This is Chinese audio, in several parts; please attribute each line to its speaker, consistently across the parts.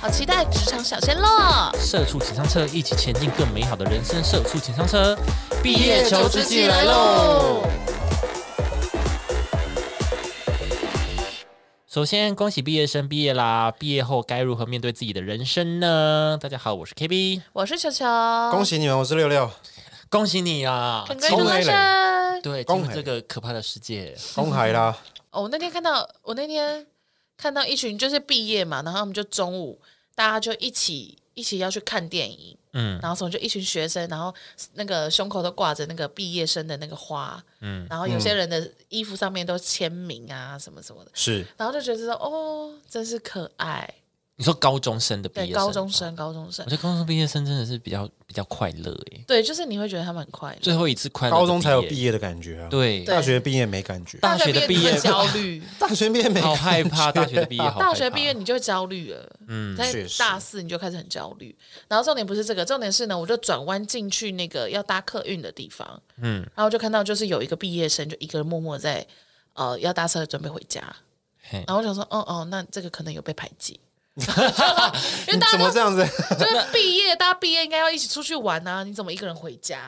Speaker 1: 好期待职场小鲜肉！
Speaker 2: 社畜情商车，一起前进更美好的人生。社畜情商车，毕
Speaker 1: 业求职季来喽！
Speaker 2: 首先，恭喜毕业生毕业啦！毕业后该如何面对自己的人生呢？大家好，我是 KB，
Speaker 1: 我是球球，
Speaker 3: 恭喜你们，我是六六，
Speaker 2: 恭喜你啊！
Speaker 3: 恭喜
Speaker 1: ！Congratulations！
Speaker 2: 对，进
Speaker 3: 恭
Speaker 2: 入
Speaker 3: 喜
Speaker 2: 这个可怕的世界，
Speaker 3: 恭 喜啦！
Speaker 1: 哦，我那天看到，我那天看到一群就是毕业嘛，然后他们就中午大家就一起一起要去看电影，
Speaker 2: 嗯
Speaker 1: 然后从就一群学生，然后那个胸口都挂着那个毕业生的那个花，
Speaker 2: 嗯，
Speaker 1: 然后有些人的衣服上面都签名啊什么什么的，
Speaker 3: 是
Speaker 1: 然后就觉得说哦，真是可爱，
Speaker 2: 你说高中生的毕业
Speaker 1: 对，
Speaker 2: 生，
Speaker 1: 高中，生，高中生
Speaker 2: 我觉，得高中生毕业生真的是比较比较快乐诶，
Speaker 1: 对，就是你会觉得他们很快乐，
Speaker 2: 最后一次快乐的
Speaker 3: 高中才有
Speaker 2: 毕
Speaker 3: 毕
Speaker 2: 业，
Speaker 3: 业的感觉啊，，
Speaker 2: 对，
Speaker 3: 大学毕业没感觉，
Speaker 2: 大学哦的毕业
Speaker 1: 你会焦虑，
Speaker 3: 大学毕业没
Speaker 2: 好害怕，大学的毕业好害怕，
Speaker 1: 大学毕业你就会焦虑了，嗯，在
Speaker 3: 确实
Speaker 1: 大四你就开始很焦虑。然后重点不是这个，重点是呢，我就转弯进去那个要搭客运的地方，嗯，然后就看到就是有一个毕业生就一个人默默在呃要搭车准备回家，
Speaker 2: 嘿
Speaker 1: 然后我想说，哦哦，那这个可能有被排挤，因为
Speaker 3: 你
Speaker 1: 大
Speaker 3: 怎么
Speaker 1: 家
Speaker 3: 这样子？
Speaker 1: 都就是毕业，大家毕业应该要一起出去玩啊，你怎么一个人回家？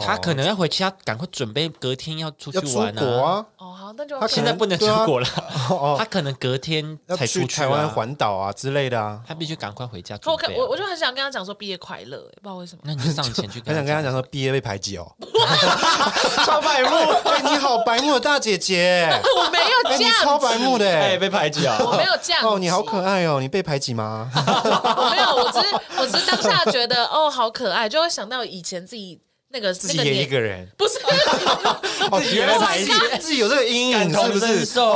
Speaker 2: 他可能要回去，他赶快准备隔天要出去
Speaker 3: 哦要出
Speaker 2: 玩
Speaker 3: 国啊，
Speaker 1: 哦，好，那就
Speaker 3: 他
Speaker 1: OK
Speaker 2: 现在不能啊出国了，
Speaker 3: 哦
Speaker 2: 他可能隔天
Speaker 3: 要
Speaker 2: 才出
Speaker 3: 去
Speaker 2: 啊
Speaker 3: 台湾，环岛啊之类的啊。
Speaker 2: 他必须赶快回家
Speaker 1: 可
Speaker 2: 准
Speaker 1: 我
Speaker 2: 备
Speaker 1: 看
Speaker 2: 啊。
Speaker 1: 我我就很想跟他讲说毕业快乐、欸不知道为 什么。
Speaker 2: 那你就上前去
Speaker 3: 很
Speaker 2: 跟
Speaker 3: 想跟他
Speaker 2: 讲，
Speaker 3: 讲说，毕业被排 挤哦，超白目！哎，你好白目的大 姐姐，
Speaker 1: 我没有
Speaker 3: 哎，
Speaker 1: 这
Speaker 3: 你
Speaker 1: 样
Speaker 3: 超白
Speaker 1: 子，
Speaker 3: 目的，哎
Speaker 2: 被排挤 啊
Speaker 1: 我 没有这样
Speaker 3: 哦，你好
Speaker 1: 子
Speaker 3: 可爱哦，你被排挤吗？
Speaker 1: 我没有，我只是我只是当下觉得哦，好可爱，就会想到以前自己那个
Speaker 3: 自
Speaker 1: 那
Speaker 3: 己
Speaker 1: 个
Speaker 3: 也一
Speaker 1: 年，
Speaker 3: 个人，
Speaker 1: 不是
Speaker 3: 哦，
Speaker 2: 己
Speaker 3: 原来
Speaker 2: 被
Speaker 1: 排
Speaker 3: 自己
Speaker 1: 挤
Speaker 3: 自己有这个阴
Speaker 2: 感
Speaker 3: 影，是
Speaker 2: 同
Speaker 3: 不
Speaker 2: 身
Speaker 3: 是？
Speaker 2: 受，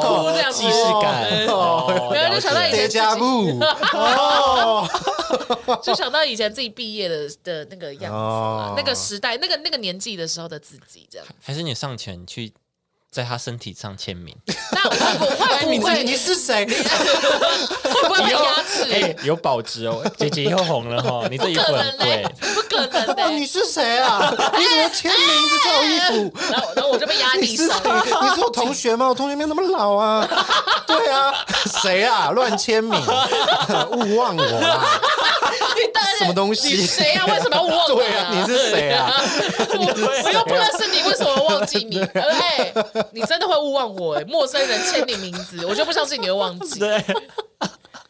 Speaker 1: 哭这样子
Speaker 2: 哦既视感，哦
Speaker 1: 没有就想到以前
Speaker 3: 叠加布 哦，
Speaker 1: 就想到以前自己毕业的的那个样子啊
Speaker 3: 哦
Speaker 1: 那个时代，那个那个年纪的时候的自己这样。
Speaker 2: 还是你上前去在他身体上签 名，
Speaker 1: 那我我会
Speaker 3: 哎你
Speaker 1: 不会
Speaker 3: 你是谁？
Speaker 1: 会不会被压制？，
Speaker 2: 有保值哦， 姐姐又红了 哈，你这衣
Speaker 3: 哎
Speaker 1: 不可能嘞，不可能
Speaker 3: 哦，你
Speaker 1: 嘞！
Speaker 3: 是谁啊？你怎么签名字、套衣服？
Speaker 1: 然后然后我就被压在
Speaker 3: 哦你
Speaker 1: 地
Speaker 3: 是谁
Speaker 1: 上？，
Speaker 3: 你是我同学吗？我同学没有那么老啊。对啊，谁啊？乱签 名，勿忘我啊！
Speaker 1: 你当然
Speaker 3: 什么东西
Speaker 1: 你谁呀？为什么要忘我
Speaker 3: 对
Speaker 1: 啊
Speaker 3: 啊，？你是谁啊？
Speaker 1: 我我又不认识你，为什么忘记你？哎，你真的会勿忘我哎！陌生人签你名字，我就不相信你会忘记。
Speaker 2: 对，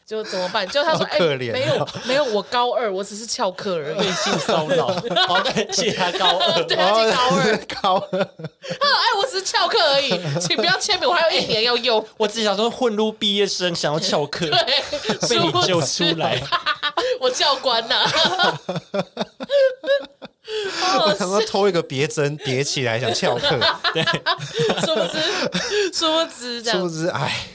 Speaker 1: 就怎么办？就他说，
Speaker 3: 好
Speaker 1: 哎、
Speaker 3: 可怜哦
Speaker 1: 没有没有，我高二，我只是翘课而 已。
Speaker 2: 性骚扰，好在其他 高二，
Speaker 1: 对，啊
Speaker 3: 哦
Speaker 1: 他进高二，
Speaker 3: 高二，
Speaker 1: 他说，哎，我只是翘课而已，请不要签名，我还有一年要用。
Speaker 2: 我只想说混入毕业生，想要翘课，
Speaker 1: 对，
Speaker 2: 被
Speaker 1: 殊
Speaker 2: 你
Speaker 1: 不
Speaker 2: 救
Speaker 1: 知
Speaker 2: 出来，
Speaker 1: 我教官呐、
Speaker 3: 我
Speaker 1: 哦，
Speaker 3: 想说偷一个别针叠起来，想翘课，
Speaker 1: 殊不知，殊不知这
Speaker 3: 是不
Speaker 1: 样，
Speaker 3: 是？哎，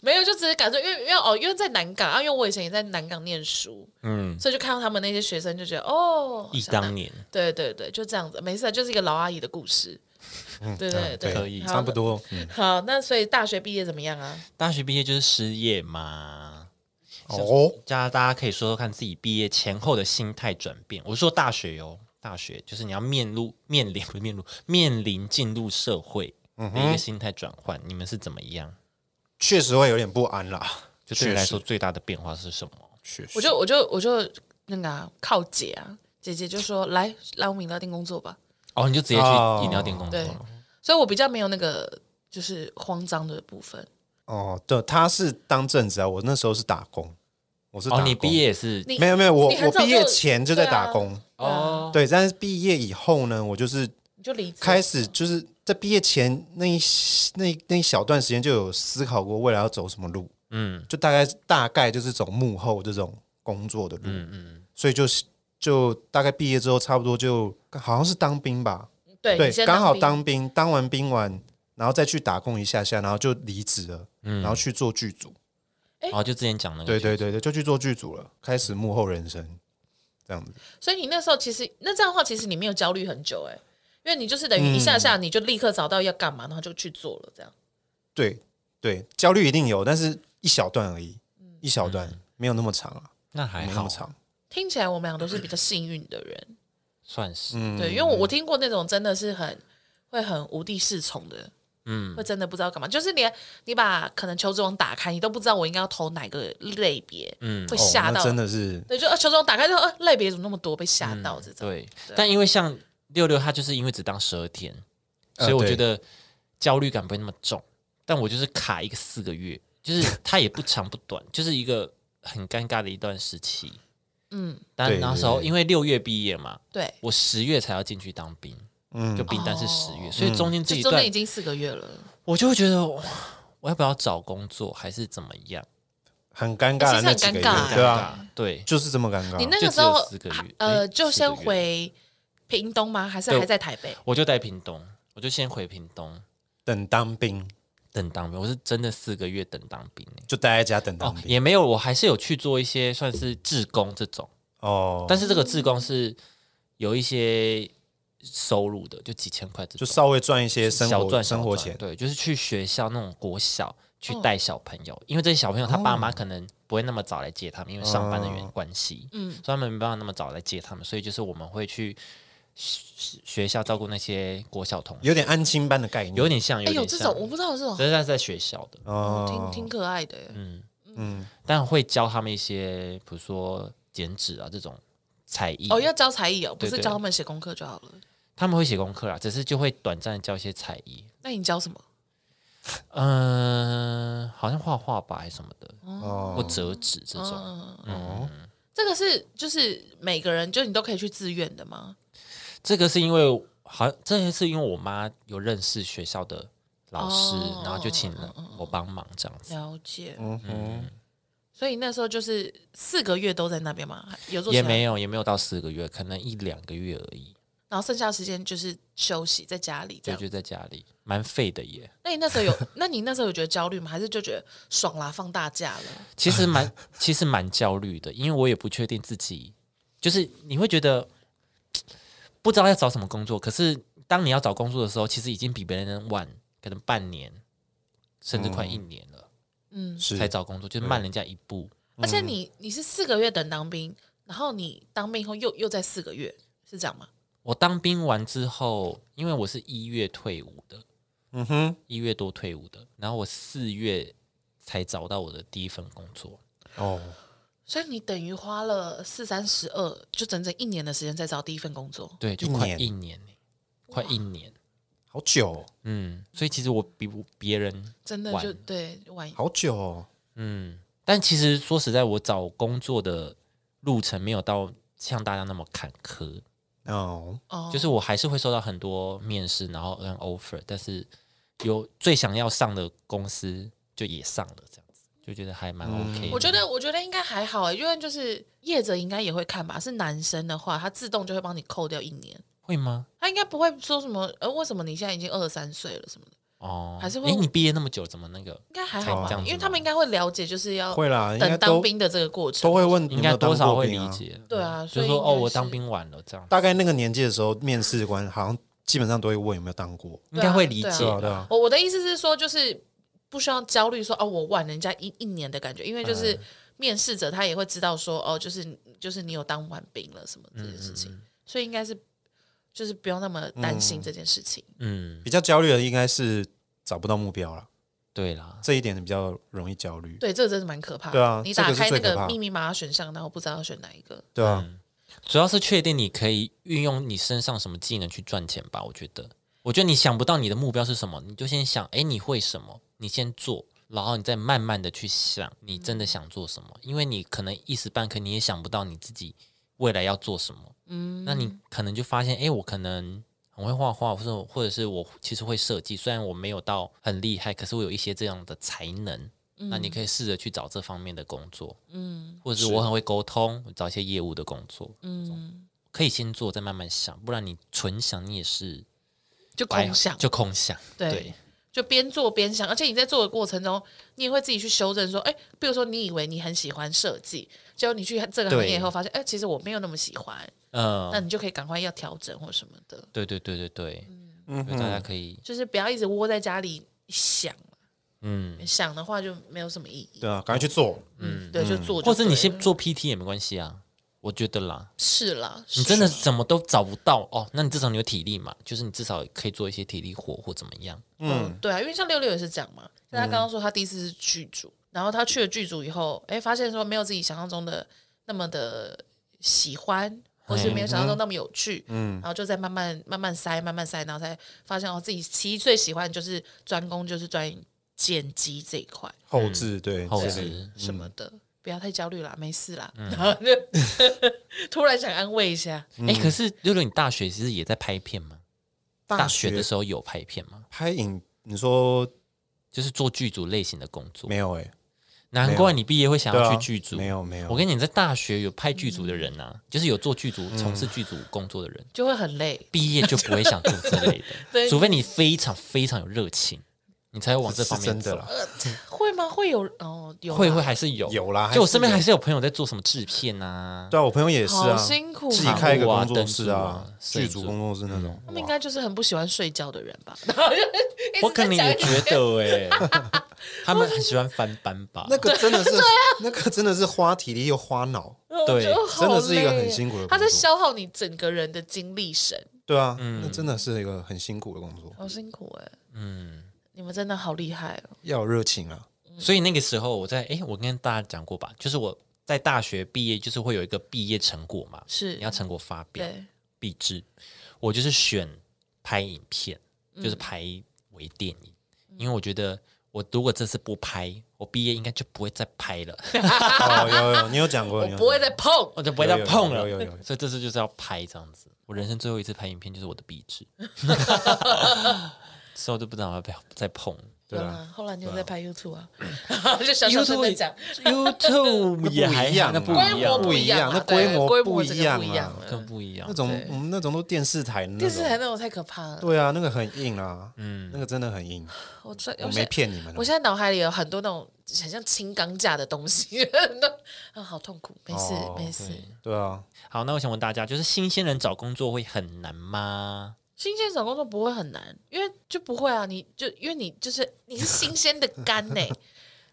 Speaker 1: 没有，就只是感受，因为因为哦，因为在南港啊，因为我以前也在南港念书，
Speaker 2: 嗯，
Speaker 1: 所以就看到他们那些学生，就觉得哦，
Speaker 2: 忆当年，
Speaker 1: 对对对，就这样子，没事，啊就是一个老阿姨的故事。
Speaker 3: 嗯
Speaker 1: 对对对，
Speaker 2: 可以
Speaker 1: 好
Speaker 3: 差不多。嗯
Speaker 1: 好，那所以大学毕业怎么样啊？
Speaker 2: 大学毕业就是失业嘛。
Speaker 3: 哦，
Speaker 2: 家大家可以说说看自己毕业前后的心态转变。我是说大学哟、大学就是你要面入面临不 是面入面临进入社会
Speaker 3: 嗯
Speaker 2: 的一个心态转换，你们是怎么样？
Speaker 3: 确实会有点不安啦。
Speaker 2: 就对你来说
Speaker 3: 确实，
Speaker 2: 最大的变化是什么？
Speaker 3: 确实
Speaker 1: 我就我就我就那个、啊、靠姐啊，姐姐就说来来我们饮料店工作吧，
Speaker 2: 哦，你就直接去
Speaker 3: 哦
Speaker 2: 饮料店工作
Speaker 1: 对
Speaker 2: 了。
Speaker 1: 所以我比较没有那个就是慌张的部分。
Speaker 3: 哦，对，他是当正职啊，我那时候是打工，我是
Speaker 2: 哦，
Speaker 3: 打工。
Speaker 2: 你毕业也是
Speaker 1: 你
Speaker 3: 没有没有，我
Speaker 1: 你很
Speaker 3: 我
Speaker 1: 早
Speaker 3: 毕业
Speaker 1: 就啊
Speaker 3: 前就在打工，
Speaker 2: 哦，
Speaker 3: 对，但是毕业以后呢，我就是
Speaker 1: 你就离职
Speaker 3: 开始就是在毕业前那一那那一小段时间就有思考过未来要走什么路，
Speaker 2: 嗯
Speaker 3: 就大概大概就是走幕后这种工作的路，
Speaker 2: 嗯嗯，
Speaker 3: 所以就是就大概毕业之后差不多就好像是当兵吧，
Speaker 1: 对
Speaker 3: 对
Speaker 1: 你，先
Speaker 3: 刚好
Speaker 1: 兵
Speaker 3: 当兵，当完兵完，然后再去打工一下下，然后就离职了，然后去做剧组，
Speaker 2: 然哦后就之前讲那个，
Speaker 3: 对对对对，就去做剧组了，开始幕后人生这样子。
Speaker 1: 所以你那时候其实那这样的话，其实你没有焦虑很久哎、因为你就是
Speaker 2: 嗯
Speaker 1: 等于一下下你就立刻找到要干嘛，然后就去做了这样。
Speaker 3: 对对，焦虑一定有，但是一小段而已，
Speaker 1: 嗯
Speaker 3: 一小段、没有那么长啊，
Speaker 2: 那嗯
Speaker 3: 没
Speaker 2: 还
Speaker 3: 有那
Speaker 2: 好
Speaker 3: 么，长。
Speaker 1: 听起来我们俩都是比较幸运的人，
Speaker 2: 算是
Speaker 3: 嗯，
Speaker 1: 对，因为我我听过那种真的是很会很无地适从的，嗯，会真的不知道干嘛。就是连你把可能求职网打开，你都不知道我应该要投哪个类别，嗯，会吓到。
Speaker 3: 哦那真的是
Speaker 1: 对，就呃求职网打开就呃类别怎么那么多，被吓到这种。
Speaker 2: 嗯
Speaker 1: 啊
Speaker 2: 对，但因为像六六，他就是因为只当十二天，
Speaker 3: 呃
Speaker 2: 所以我
Speaker 3: 对
Speaker 2: 觉得焦虑感不会那么重。但我就是卡一个四 个月，就是它也不长不短，就是一个很尴尬的一段时期。
Speaker 1: 嗯，
Speaker 2: 但
Speaker 3: 对
Speaker 2: 那时候
Speaker 3: 对对
Speaker 2: 因为六月毕业嘛，
Speaker 1: 对，
Speaker 2: 我十月才要进去当兵，
Speaker 3: 嗯
Speaker 2: 就兵单是十月，
Speaker 1: 哦
Speaker 2: 所以中间这
Speaker 1: 就
Speaker 2: 一
Speaker 1: 中
Speaker 2: 段
Speaker 1: 间已经四个月了，
Speaker 2: 我就会觉得哇我要不要找工作还是怎么样？
Speaker 3: 很尴尬的那
Speaker 1: 欸其实很
Speaker 3: 几个
Speaker 1: 尴
Speaker 3: 月，
Speaker 1: 尬
Speaker 3: 对啊，
Speaker 2: 对，
Speaker 3: 就是这么尴尬。
Speaker 1: 你那
Speaker 2: 啊就
Speaker 1: 个
Speaker 2: 只
Speaker 1: 时候
Speaker 2: 有四个月
Speaker 1: 啊呃，
Speaker 2: 诶
Speaker 1: 就
Speaker 2: 四个
Speaker 1: 先
Speaker 2: 月
Speaker 1: 回屏东吗？还是
Speaker 2: 对
Speaker 1: 还在台北？
Speaker 2: 我就带屏东，我就先回屏东
Speaker 3: 等当兵
Speaker 2: 等当兵，我是真的四个月等当兵欸
Speaker 3: 就待在家等
Speaker 2: 哦
Speaker 3: 当，兵
Speaker 2: 也没有，我还是有去做一些算是志工这种，
Speaker 3: 哦，
Speaker 2: 但是这个志工是有一些收入的，就几千块这
Speaker 3: 就
Speaker 2: 种，
Speaker 3: 稍微赚一些生
Speaker 2: 小
Speaker 3: 活
Speaker 2: 赚
Speaker 3: 生
Speaker 2: 小
Speaker 3: 活
Speaker 2: 赚
Speaker 3: 钱，
Speaker 2: 对，就是去学校那种国小去
Speaker 1: 哦
Speaker 2: 带小朋友，因为这些小朋友他爸
Speaker 3: 哦
Speaker 2: 妈可能不会那么早来接他们，因为上班的原关系，嗯，所以他们没办法那么早来接他们，所以就是我们会去学学校照顾那些国小童，
Speaker 3: 有点安亲班的概念，
Speaker 2: 有点像，
Speaker 1: 哎，有
Speaker 2: 点
Speaker 1: 这
Speaker 2: 像，
Speaker 1: 种我不知道有这种，
Speaker 2: 但是他是在学校的，
Speaker 1: 挺
Speaker 3: 哦，嗯
Speaker 1: 挺可爱的耶。
Speaker 2: 嗯但会教他们一些，比如说剪纸啊这种才艺，
Speaker 1: 哦，要教才艺哦，不
Speaker 2: 对
Speaker 1: 是
Speaker 2: 对
Speaker 1: 教他们写功课就好了。
Speaker 2: 他们会写功课啊啦，只是就会短暂地教一些才艺，
Speaker 1: 那你教什么？
Speaker 2: 嗯、好像画画吧还是什么的，或
Speaker 3: 哦，
Speaker 2: 折纸这种。
Speaker 1: 嗯
Speaker 2: 嗯
Speaker 1: 这个是就是每个人就你都可以去自愿的吗？
Speaker 2: 这个是因为好像这个是因为我妈有认识学校的老师，
Speaker 1: 哦
Speaker 2: 然后就请了我帮忙这样子，
Speaker 1: 了解。
Speaker 2: 哦
Speaker 3: 嗯哼，
Speaker 1: 所以那时候就是四个月都在那边嘛，有做
Speaker 2: 也
Speaker 1: 其他
Speaker 2: 没，有也没有到四个月，可能一两个月而已，
Speaker 1: 然后剩下的时间就是休息在家里这
Speaker 2: 就
Speaker 1: 样。
Speaker 2: 就在家里，蛮废的耶。
Speaker 1: 那你那时候有，那你那时候有觉得焦虑吗？还是就觉得爽啦，放大假了？
Speaker 2: 其实蛮其实蛮焦虑的，因为我也不确定自己，就是你会觉得不知道要找什么工作，可是当你要找工作的时候，其实已经比别人晚可能半年，甚至快一年了、
Speaker 1: 嗯，
Speaker 3: 是
Speaker 2: 才找工作，就是慢人家一步。
Speaker 1: 而
Speaker 2: 嗯
Speaker 1: 且你你是四个月等当兵，然后你当兵以后又又在四个月，是这样吗？
Speaker 2: 我当兵完之后，因为我是一月退伍的，
Speaker 3: 嗯哼，
Speaker 2: 一月多退伍的，然后我四月才找到我的第一份工作。
Speaker 3: 哦，
Speaker 1: 所以你等于花了四三十二，就整整一年的时间在找第一份工作。
Speaker 2: 对，就
Speaker 3: 一
Speaker 2: 快
Speaker 3: 年
Speaker 2: 一年欸，快一年。
Speaker 3: 好久哦，
Speaker 2: 嗯，所以其实我比不别人
Speaker 1: 真的
Speaker 2: 晚
Speaker 1: 就对晚
Speaker 3: 好久哦，
Speaker 2: 嗯，但其实说实在，我找工作的路程没有到像大家那么坎坷，
Speaker 3: 哦，
Speaker 1: 哦，
Speaker 2: 就是我还是会收到很多面试，然后跟 offer，但是有最想要上的公司就也上了，这样子就觉得还蛮
Speaker 3: 嗯
Speaker 2: OK 的、
Speaker 1: 我觉得，我觉得应该还好哎、因为就是业者应该也会看吧。是男生的话，他自动就会帮你扣掉一年，
Speaker 2: 会吗？
Speaker 1: 他应该不会说什么呃，为什么你现在已经二十三岁了什么的，
Speaker 2: 哦，
Speaker 1: 还是会
Speaker 2: 诶你毕业那么久，怎么那个
Speaker 1: 应该还好
Speaker 2: 哦才这
Speaker 1: 吧
Speaker 2: 样？子啊
Speaker 1: 因为他们应该会了解，就是要
Speaker 3: 会啦，应该
Speaker 1: 等当
Speaker 3: 都
Speaker 1: 兵的这个过程
Speaker 3: 都。会问，
Speaker 2: 应该多少会理。解？
Speaker 1: 对啊，
Speaker 2: 就
Speaker 1: 所以
Speaker 2: 是说
Speaker 1: 应该
Speaker 2: 哦，我
Speaker 1: 是
Speaker 2: 当，兵晚了这样，
Speaker 3: 大概那个年纪的时候，面试官好像基本上都会问有没有当过，
Speaker 2: 应该会
Speaker 1: 对啊
Speaker 2: 理
Speaker 1: 对啊
Speaker 2: 解
Speaker 3: 对啊，对
Speaker 2: 啦
Speaker 3: 啊，
Speaker 1: 我我的意思是说，就是不需要焦虑说哦，我晚人家一一年的感觉，因为
Speaker 3: 嗯
Speaker 1: 就是面试者他也会知道说哦，就是就是你有当完兵了什么这件事
Speaker 3: 嗯
Speaker 1: 情，所以应该是就是不用那么担心这件事情。
Speaker 2: 嗯，
Speaker 3: 比较焦虑的应该是找不到目标了，
Speaker 2: 对啦，
Speaker 3: 这一点比较容易焦虑。
Speaker 1: 对，这个真的蛮可怕的。
Speaker 3: 对啊
Speaker 1: 你
Speaker 3: 这个
Speaker 1: 打
Speaker 3: 是
Speaker 1: 开那
Speaker 3: 最可
Speaker 1: 个
Speaker 3: 怕
Speaker 1: 密密麻麻选项，然后不知道要选哪一个。
Speaker 3: 对啊，
Speaker 2: 嗯主要是确定你可以运用你身上什么技能去赚钱吧。我觉得，我觉得你想不到你的目标是什么，你就先想，哎，你会什么，你先做，然后你再慢慢的去想，你真的想做什么。因为你可能一时半刻你也想不到你自己未来要做什么，嗯，那你可能就发现，哎，我可能。很会画画，或者或者是我其实会设计，虽然我没有到很厉害，可是我有一些这样的才能。那你可以试着去找这方面的工作，嗯，或者是我很会沟通，找一些业务的工作，
Speaker 1: 嗯，
Speaker 2: 可以先做，再慢慢想，不然你纯想你也是
Speaker 1: 就
Speaker 2: 白
Speaker 1: 空想，
Speaker 2: 就空想。
Speaker 1: 对就边做边想，而且你在做的过程中，你也会自己去修正说，哎，比如说你以为你很喜欢设计，结果你去这个行业以后发现，哎，其实我没有那么喜欢，
Speaker 2: 嗯、
Speaker 1: 那你就可以赶快要调整或什么的，
Speaker 2: 对对对对对，
Speaker 3: 嗯
Speaker 2: 所以大家可以，
Speaker 1: 就是不要一直窝在家里想，
Speaker 2: 嗯，
Speaker 1: 想的话就没有什么意义。
Speaker 3: 对啊，赶快去做。
Speaker 1: 嗯，对，就做就对了，
Speaker 2: 或者你先做 PT 也没关系啊。我觉得啦，
Speaker 1: 是啦，
Speaker 3: 啊
Speaker 1: 是
Speaker 2: 你真的怎么都找不到哦，那你至少你有体力嘛，就是你至少可以做一些体力活或怎么样。
Speaker 1: 嗯，对啊，因为像六六也是这样嘛。像他刚刚说他第一次是剧组，然后他去了剧组以后，哎，发现说没有自己想象中的那么的喜欢，或是没有想象中那么有趣，嗯，然后就再慢慢慢慢塞，慢慢塞，然后才发现哦，自己其实最喜欢就是专攻就是专剪辑这一块
Speaker 3: 后置对
Speaker 2: 嗯后
Speaker 3: 这里
Speaker 2: 置
Speaker 1: 什么的。
Speaker 3: 嗯
Speaker 1: 不要太焦虑啦，没事啦。然后就 突然想安慰一下，
Speaker 3: 嗯
Speaker 2: 哎、可是六六，你大学其实也在拍片吗？
Speaker 3: 大
Speaker 2: 大学的
Speaker 3: 学
Speaker 2: 时候有拍片吗？
Speaker 3: 拍影，你说
Speaker 2: 就是做剧组类型的工作
Speaker 3: 没，有哎？
Speaker 2: 难怪你毕业会想
Speaker 3: 对
Speaker 2: 要
Speaker 3: 啊
Speaker 2: 去剧组。
Speaker 3: 没有嗯没有
Speaker 2: 我跟你讲，在大学有拍剧组的人啊，就是有做剧组、从事剧组工作的人，
Speaker 1: 就会很累。
Speaker 2: 毕业就不会想做这类的，
Speaker 1: 对
Speaker 2: 除非你非常非常有热情，你才会往这方
Speaker 3: 是
Speaker 2: 面
Speaker 3: 真的
Speaker 2: 走。
Speaker 3: 啦，
Speaker 1: 会吗？会有哦，有
Speaker 2: 会
Speaker 1: 啦
Speaker 2: 会还是有
Speaker 3: 有啦还是
Speaker 2: 就我身边
Speaker 3: 有
Speaker 2: 还是有朋友在做什么制片啊，
Speaker 3: 对啊，我朋友也是啊，
Speaker 1: 好辛苦
Speaker 3: 自己
Speaker 1: 啊
Speaker 3: 开一个
Speaker 2: 卡布啊
Speaker 3: 工作室
Speaker 2: 灯柱
Speaker 3: 啊
Speaker 2: 啊，摄
Speaker 3: 剧
Speaker 2: 影
Speaker 3: 组
Speaker 2: 组
Speaker 3: 工作室那种
Speaker 2: 嗯
Speaker 1: 他，们应该就是很不喜欢睡觉的人 吧？
Speaker 2: 我可 能也觉得哎、 他们很喜欢翻班吧。
Speaker 3: 欸那个真 的是，
Speaker 1: 啊
Speaker 3: 那个真的是花体力又花脑，
Speaker 2: 对
Speaker 3: 真的是一个很辛苦的工
Speaker 1: 他
Speaker 3: 作
Speaker 1: 在消耗你整个人的精力神，
Speaker 3: 对啊，那真的是一个很辛苦的工作，
Speaker 1: 好辛苦哎、
Speaker 2: 嗯，
Speaker 1: 你们真的好厉害哦！
Speaker 3: 要有热情啊，
Speaker 2: 所以那个时候我在哎、我跟大家讲过吧，就是我在大学毕业，就是会有一个毕业成果嘛，
Speaker 1: 是
Speaker 2: 你要成果发表，
Speaker 1: 对，
Speaker 2: 必制。我就是选拍影片，
Speaker 3: 嗯
Speaker 2: 就是拍微电影，因为我觉得我如果这次不拍，我毕业应该就不会再拍 了，
Speaker 3: 哦，有有，你有讲 过，
Speaker 1: 我
Speaker 3: 你有
Speaker 1: 不会
Speaker 3: 讲
Speaker 1: 再碰。
Speaker 2: 我就不会再碰了。
Speaker 3: 有有有有有有
Speaker 2: 所以这次就是要拍这样子。我人生最后一次拍影片就是我的壁 纸，之后就不知道要不要再碰。
Speaker 3: 对啊
Speaker 1: 有啦，后来你又在拍 YouTube 啊， 就小小声
Speaker 2: YouTube
Speaker 1: 的讲，
Speaker 2: YouTube 也还
Speaker 3: 不一样啊
Speaker 2: 那不
Speaker 1: 规
Speaker 2: 一
Speaker 1: 模
Speaker 2: 样，
Speaker 1: 不一样嘛，
Speaker 3: 不一样那规
Speaker 1: 对
Speaker 3: 模
Speaker 1: 规
Speaker 3: 不
Speaker 1: 模
Speaker 3: 一
Speaker 1: 真的不一
Speaker 3: 样
Speaker 1: 样
Speaker 3: 啊
Speaker 2: 更
Speaker 1: 了。
Speaker 2: 不一样
Speaker 3: 那。种
Speaker 1: 对
Speaker 3: 我们那种都电视台的那
Speaker 1: 电视台
Speaker 3: 种，
Speaker 1: 那种太可怕了，
Speaker 3: 对啊，那个很硬啊，嗯，那个真的很硬，
Speaker 1: 我这
Speaker 3: 我
Speaker 1: 我
Speaker 3: 没
Speaker 1: 现
Speaker 3: 骗你们啊
Speaker 1: 我，现在脑海里有很多那种很像轻钢架的东西，啊，好痛苦，没事
Speaker 3: 哦
Speaker 1: 没事。
Speaker 3: 对啊，
Speaker 2: 好，那我想问大家，就是新鲜人找工作会很难 吗？
Speaker 1: 新鲜找工作不会很难，因为就不会啊，你就因为你就是你是新鲜的肝呢、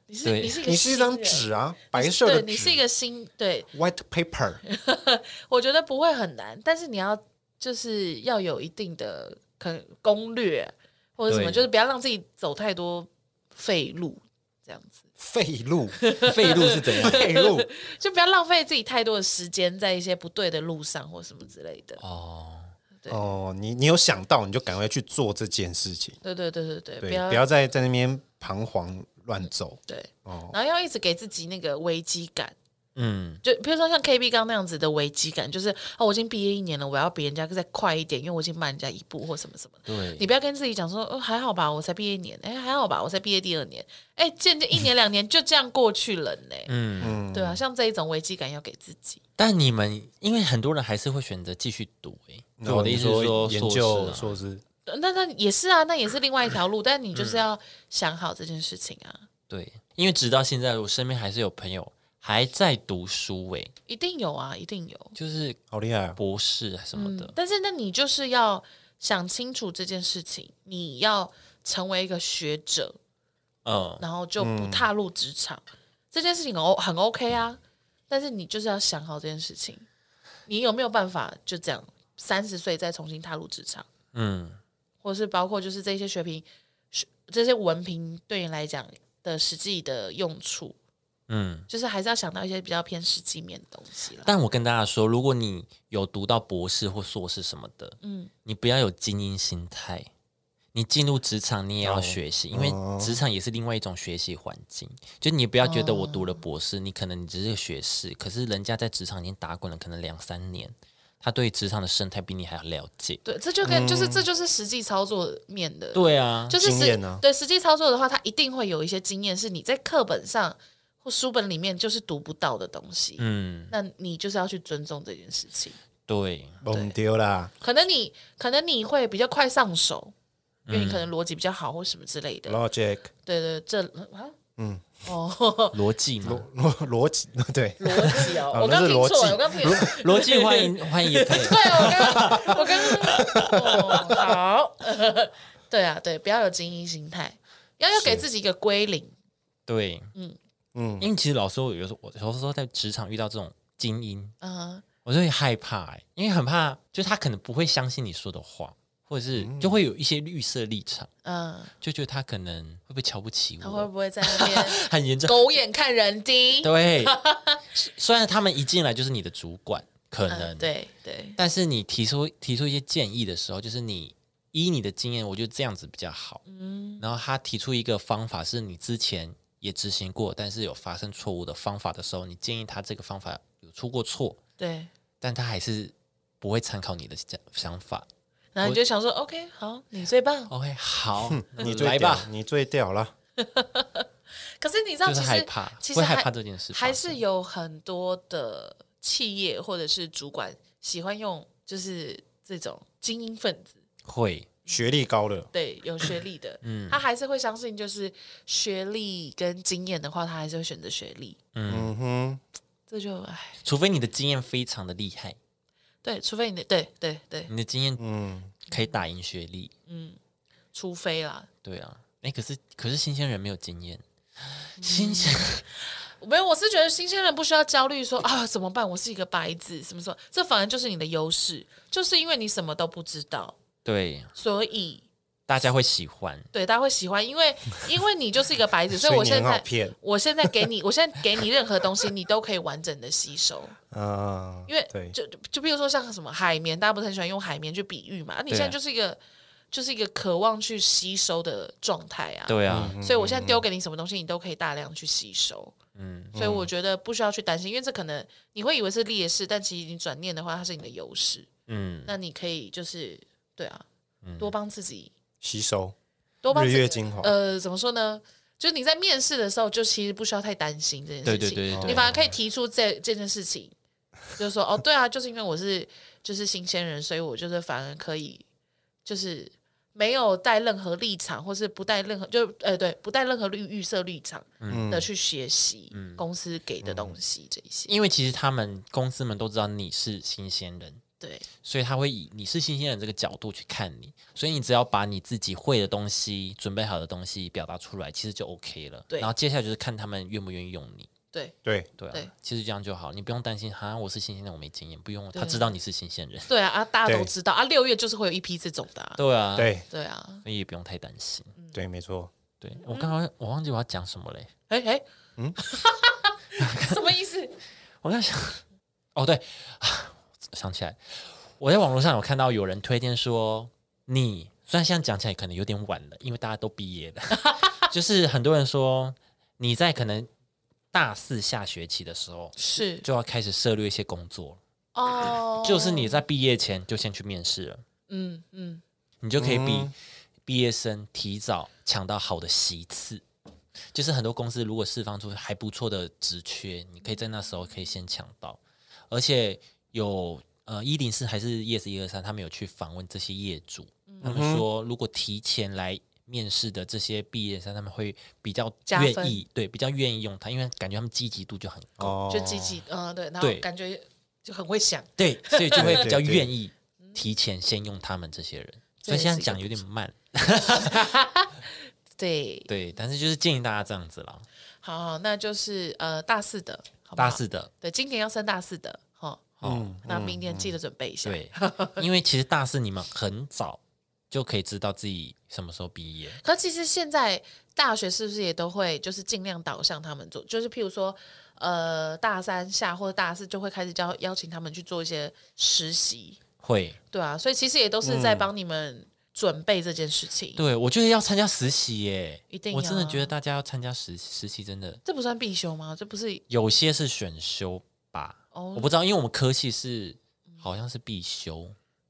Speaker 1: 你是
Speaker 2: 对
Speaker 1: 你是一个
Speaker 3: 你是一
Speaker 1: 新
Speaker 3: 张
Speaker 1: 人
Speaker 3: 纸啊，白色
Speaker 1: 对
Speaker 3: 的
Speaker 1: 你是一
Speaker 3: 纸
Speaker 1: 个新对，
Speaker 3: ，white paper，
Speaker 1: 我觉得不会很难，但是你要就是要有一定的可能攻略或者什么，
Speaker 2: 对
Speaker 1: 就是不要让自己走太多废路，这样子
Speaker 3: 废路，
Speaker 2: 废路是怎 样？
Speaker 3: 废路，
Speaker 1: 就不要浪费自己太多的时间在一些不对的路上或什么之类的。
Speaker 2: 哦，
Speaker 1: 对
Speaker 3: 哦，你你有想到，你就赶快去做这件事情，
Speaker 1: 对对对对对，
Speaker 3: 对
Speaker 1: 不，要
Speaker 3: 不要再在那边彷徨乱走，
Speaker 1: 对，
Speaker 3: 哦
Speaker 1: 然后要一直给自己那个危机感。
Speaker 2: 嗯，
Speaker 1: 就比如说像 KB 刚那样子的危机感，就是哦，我已经毕业一年了，我要比人家再快一点，因为我已经慢人家一步或什么什么的。
Speaker 2: 对
Speaker 1: 你，不要跟自己讲说，哦，还好吧，我才毕业一年，哎，还好吧，我才毕业第二年，哎，渐渐一年两年就这样过去了呢。
Speaker 2: 嗯，
Speaker 3: 嗯，
Speaker 1: 对啊，像这一种危机感要给自己。
Speaker 2: 但你们因为很多人还是会选择继续读、欸，
Speaker 3: 然后
Speaker 2: 我的意思是
Speaker 3: 你
Speaker 2: 说，
Speaker 3: 研究
Speaker 2: 硕士啊
Speaker 3: 硕士，
Speaker 1: 呃那那也是啊，那也是另外一条路，但你
Speaker 3: 嗯
Speaker 1: 就是要想好这件事情啊，
Speaker 2: 对，因为直到现在，我身边还是有朋友还在读书、欸，
Speaker 1: 一定有啊，一定有。
Speaker 2: 就是
Speaker 3: 好厉害啊！
Speaker 2: 博士什么的，
Speaker 1: 但是那你就是要想清楚这件事情，你要成为一个学者，
Speaker 2: 嗯，
Speaker 1: 然后就不踏入职场，这件事情很 O 很 OK 啊。但是你就是要想好这件事情，你有没有办法就这样三十岁再重新踏入职场，
Speaker 2: 嗯，
Speaker 1: 或是包括就是这些学评、学这些文凭对你来讲的实际的用处，
Speaker 2: 嗯，
Speaker 1: 就是还是要想到一些比较偏实际面的东西啦。
Speaker 2: 但我跟大家说，如果你有读到博士或硕士什么的，嗯，你不要有精英心态。你进入职场，你也要学习，因为职场也是另外一种学习环境。就你不要觉得我读了博士，你可能你只是个学士，可是人家在职场已经打滚了可能两三年，他对职场的生态比你还要了解。
Speaker 1: 对，这就跟、就是这就是实际操作面的
Speaker 2: 对啊，
Speaker 1: 就是
Speaker 3: 经
Speaker 1: 实
Speaker 3: 验啊
Speaker 1: 对实际操作的话，它一定会有一些经验是你在课本上或书本里面就是读不到的东西。
Speaker 2: 嗯，
Speaker 1: 那你就是要去尊重这件事情。
Speaker 2: 对，
Speaker 3: 崩丢啦，
Speaker 1: 可能你可能你会比较快上手，因为你可
Speaker 3: 嗯
Speaker 1: 能逻辑比较好或什么之类的。
Speaker 3: logic
Speaker 1: 对对，这啊，嗯，哦，
Speaker 2: 逻辑嘛，
Speaker 3: 逻逻辑 对，
Speaker 1: 逻辑哦，我
Speaker 3: 啊那
Speaker 1: 刚
Speaker 3: 是
Speaker 1: 听错
Speaker 3: 逻辑
Speaker 1: 了，我刚听。 对，
Speaker 2: 逻辑欢迎欢迎也可以。
Speaker 1: 我刚我刚哦，好， 对啊，对，不要有精英心态，要要给自己一个归零。
Speaker 2: 对，嗯嗯，因为其实老师我有时候我有时候在职场遇到这种精英，
Speaker 1: 嗯，
Speaker 2: 我就会害怕、欸，因为很怕，就是他可能不会相信你说的话，或者是就会有一些预设立场，
Speaker 1: 嗯，
Speaker 2: 就觉得他可能会不会瞧不起
Speaker 1: 他会
Speaker 2: 我，
Speaker 1: 不会在那边
Speaker 2: 很 严重。
Speaker 1: 狗眼看人低？
Speaker 2: 对， 虽虽然他们一进来就是你的主管，可能、
Speaker 1: 嗯，，对对，
Speaker 2: 但是你提出提出一些建议的时候，就是你依你的经验，我觉得这样子比较好。
Speaker 1: 嗯
Speaker 2: 然后他提出一个方法，是你之前也执行过，但是有发生错误的方法的时候，你建议他这个方法有出过错，
Speaker 1: 对。
Speaker 2: 但他还是不会参考你的想想法。
Speaker 1: 然后你就想说，OK，好，你最棒。
Speaker 2: OK，好，那
Speaker 3: 你
Speaker 2: 你
Speaker 3: 最
Speaker 2: 来
Speaker 3: 屌
Speaker 2: 吧，，
Speaker 3: 你最屌了，
Speaker 1: 可是你知道，
Speaker 2: 就是
Speaker 1: 其实
Speaker 2: 害怕，
Speaker 1: 其实
Speaker 2: 会害
Speaker 1: 还
Speaker 2: 怕这件事发生，
Speaker 1: 还是有很多的企业或者是主管喜欢用，就是这种精英分子，
Speaker 2: 会
Speaker 3: 学历高的，
Speaker 1: 对，有学历的，
Speaker 2: 嗯
Speaker 1: 他还是会相信，就是学历跟经验的话，他还是会选择学历。
Speaker 3: 嗯哼，
Speaker 1: 这就唉，
Speaker 2: 除非你的经验非常的厉害，
Speaker 1: 对，除非你的，对对对，
Speaker 2: 你的经验
Speaker 3: 嗯，
Speaker 2: 可以打赢学历。
Speaker 1: 除非啦，
Speaker 2: 对啊，哎，可是可是新鲜人没有经验，
Speaker 1: 嗯
Speaker 2: 新鲜
Speaker 1: 没有，我是觉得新鲜人不需要焦虑说，啊怎么办，我是一个白纸，什么什么，这反而就是你的优势，就是因为你什么都不知道，
Speaker 2: 对
Speaker 1: 所以
Speaker 2: 大家会喜欢，
Speaker 1: 对，大家会喜欢，因 为因为你就是一个白纸，所以我
Speaker 3: 你很
Speaker 1: 现
Speaker 3: 好
Speaker 1: 在
Speaker 3: 骗
Speaker 1: 我现在给你，我现在给你任何东西，你都可以完整的吸收。
Speaker 3: 啊，
Speaker 1: 因为
Speaker 3: 对，
Speaker 1: 就就就比如说像什么海绵，大家不是很喜欢用海绵去比喻嘛？啊、你
Speaker 2: 对啊
Speaker 1: 现在就是一个就是一个渴望去吸收的状态啊。
Speaker 2: 对啊，
Speaker 3: 嗯
Speaker 1: 所以我现在丢给你什么东西，你都可以大量去吸收。
Speaker 2: 嗯，
Speaker 1: 所以我觉得不需要去担心，因为这可能你会以为是劣势，但其实你转念的话，它是你的优势。
Speaker 2: 嗯，
Speaker 1: 那你可以就是对啊，多帮自己，
Speaker 3: 吸收
Speaker 1: 多帮
Speaker 3: 日
Speaker 1: 自己
Speaker 3: 月精华，
Speaker 1: 呃，怎么说呢？就是你在面试的时候，就其实不需要太担心这件
Speaker 2: 对
Speaker 1: 事情，
Speaker 2: 对对
Speaker 1: 你
Speaker 2: 对，
Speaker 1: 反而可以提出这这件事情，就是说，哦，对啊，就是因为我是就是新鲜人，所以我就是反而可以，就是没有带任何立场，或是不带任何就呃对，不带任何预预设立场
Speaker 2: 嗯
Speaker 1: 的去学习公司给的东西这一些，
Speaker 2: 因为其实他们公司们都知道你是新鲜人，
Speaker 1: 对
Speaker 2: 所以他会以你是新鲜人这个角度去看你，所以你只要把你自己会的东西、准备好的东西表达出来，其实就 OK 了。
Speaker 1: 对
Speaker 2: 然后接下来就是看他们愿不愿意用你。
Speaker 1: 对
Speaker 3: 对，
Speaker 2: 对啊，
Speaker 1: 对
Speaker 2: 其实这样就好，你不用担心哈，我是新鲜人，我没经验，不用，
Speaker 1: 对
Speaker 2: 他知道你是新鲜人。
Speaker 1: 对啊啊，大家都
Speaker 3: 对
Speaker 1: 知道啊，六月就是会有一批这种的、啊，
Speaker 2: 对啊，，
Speaker 3: 对，
Speaker 1: 对啊，
Speaker 2: 所以也不用太担心。
Speaker 1: 嗯
Speaker 3: 对，没错，
Speaker 2: 对我刚刚我忘记我要讲什么嘞，
Speaker 1: 哎哎，嗯， 什么意思？
Speaker 2: 我在想， 哦对，想起来，我在网络上有看到有人推荐说，你虽然现在讲起来可能有点晚了，因为大家都毕业了， 就是很多人说你在可能大四下学期的时候
Speaker 1: 是
Speaker 2: 就要开始涉略一些工作，
Speaker 1: 哦，
Speaker 2: 就是你在毕业前就先去面试了，
Speaker 1: 嗯嗯，
Speaker 2: 你就可以比毕业生提早抢到好的席次。就是很多公司如果释放出还不错的职缺，你可以在那时候可以先抢到，而且有呃一零四还是 yes 一二三，他们有去访问这些业主，
Speaker 1: 嗯
Speaker 2: 他们说如果提前来面试的这些毕业生，他们会比较
Speaker 1: 加分
Speaker 2: 愿意，对，比较愿意用他，因为感觉他们积极度就很高，
Speaker 3: 哦，
Speaker 1: 就积极，嗯、对，然后
Speaker 2: 对
Speaker 1: 感觉就很会想，
Speaker 2: 对，所以就会比较
Speaker 3: 对对对
Speaker 2: 愿意提前先用他们这些人。所
Speaker 1: 这也
Speaker 2: 以现
Speaker 1: 是
Speaker 2: 在
Speaker 1: 一个
Speaker 2: 讲
Speaker 1: 不
Speaker 2: 有点慢，
Speaker 1: 对，
Speaker 2: 对，但是就是建议大家这样子啦，
Speaker 1: 好好，那就是呃大四的，好不好
Speaker 2: 大，四 的，
Speaker 1: 对，今年要升大四的，哈、
Speaker 2: 哦，
Speaker 1: 那明年记得准备一下。
Speaker 2: 对，因为其实大四你们很早就可以知道自己什么时候毕业，
Speaker 1: 可其实现在大学是不是也都会就是尽量导向他们做，就是譬如说，呃，大三下或者大四就会开始邀邀请他们去做一些实习，
Speaker 2: 会，
Speaker 1: 对啊，所以其实也都是在帮你们准备这件事情，
Speaker 2: 嗯对我觉得要参加实习耶，
Speaker 1: 一定
Speaker 2: 我真的
Speaker 1: 要啊
Speaker 2: 觉得大家要参加实实习，真的
Speaker 1: 这不算必修吗？这不是
Speaker 2: 有些是选修吧，
Speaker 1: 哦
Speaker 2: 我不知道，因为我们科系是好像是必修，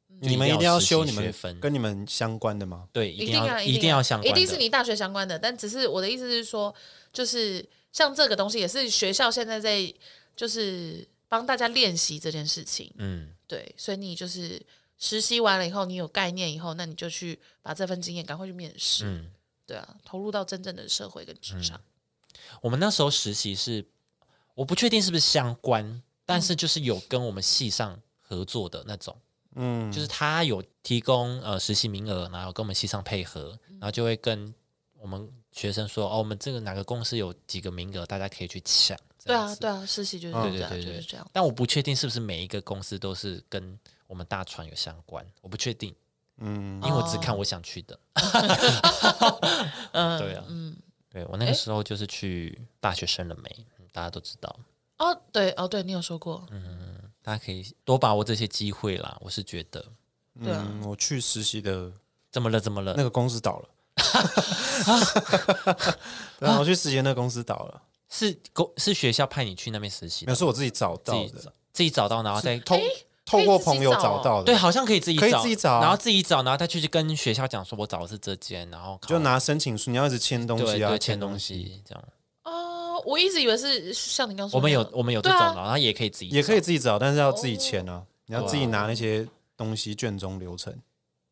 Speaker 1: 嗯
Speaker 2: 就
Speaker 3: 你们一定
Speaker 2: 要
Speaker 3: 要
Speaker 2: 实习
Speaker 3: 修你
Speaker 2: 学
Speaker 3: 们
Speaker 2: 分，
Speaker 3: 跟你们相关的吗？
Speaker 2: 对，一定
Speaker 1: 定
Speaker 2: 要
Speaker 1: 啊，
Speaker 2: 一
Speaker 1: 定
Speaker 2: 定要相关
Speaker 1: 一
Speaker 2: 的，
Speaker 1: 定是你大学相关的。但只是我的意思是说，就是像这个东西也是学校现在在就是帮大家练习这件事情，
Speaker 2: 嗯，
Speaker 1: 对，所以你就是实习完了以后，你有概念以后，那你就去把这份经验赶快去面试，
Speaker 2: 嗯
Speaker 1: 对啊，投入到真正的社会跟职场，
Speaker 2: 我们那时候实习是，我不确定是不是相关，但
Speaker 1: 嗯
Speaker 2: 是就是有跟我们系上合作的那种，
Speaker 3: 嗯，
Speaker 2: 就是他有提供呃实习名额，然后跟我们系上配合，然后就会跟我们学生说，哦，我们这个哪个公司有几个名额，大家可以去抢这
Speaker 1: 对
Speaker 2: 样
Speaker 1: 啊
Speaker 2: 子，
Speaker 1: 对啊，实习就是
Speaker 2: 嗯
Speaker 1: 这
Speaker 2: 对对
Speaker 1: 样，
Speaker 2: 对
Speaker 1: 就
Speaker 2: 对
Speaker 1: 是这样。
Speaker 2: 但我不确定是不是每一个公司都是跟我们大船有相关，我不确定，
Speaker 3: 嗯
Speaker 1: 啊
Speaker 2: 因为我只看我想去的。
Speaker 1: 哦嗯，
Speaker 2: 对啊
Speaker 1: 嗯，
Speaker 2: 对我那个时候就是去大学生了没，嗯大家都知道，
Speaker 1: 哦，对，哦，对你有说过，
Speaker 2: 嗯大家可以多把握这些机会啦。我是觉得，
Speaker 1: 对啊
Speaker 3: 嗯，我去实习的
Speaker 2: 怎么了？怎么了？
Speaker 3: 那个公司倒了， 对啊，我去实习的那个公司倒了，
Speaker 2: 是公是学校派你去那边实习的，
Speaker 3: 没有是我自己找
Speaker 2: 自
Speaker 3: 到
Speaker 2: 己
Speaker 3: 的，
Speaker 2: 自己找到，然后再
Speaker 3: 透
Speaker 1: 可
Speaker 3: 透
Speaker 1: 以
Speaker 3: 过
Speaker 1: 自己
Speaker 3: 朋友
Speaker 1: 找哦
Speaker 3: 找到的，
Speaker 2: 对，好像可以自己
Speaker 3: 可以
Speaker 2: 找，
Speaker 3: 自己找啊
Speaker 2: 然后自己找，然后再去跟学校讲说，我找的是这间，然后考
Speaker 3: 就拿申请书，你要一直签东
Speaker 2: 对
Speaker 3: 西啊，
Speaker 2: 对签
Speaker 3: 东
Speaker 2: 东，西这样。
Speaker 1: 哦，我一直以为是像你刚说
Speaker 2: 我
Speaker 1: 那
Speaker 2: 们
Speaker 1: 样，
Speaker 2: 有我们有这
Speaker 1: 对
Speaker 2: 种，
Speaker 1: 啊
Speaker 2: 然后也可以自己
Speaker 3: 也可
Speaker 2: 以，
Speaker 3: 以自己找，但是要自己签
Speaker 1: 哦
Speaker 3: 啊，你要自己拿那些东西卷宗流程，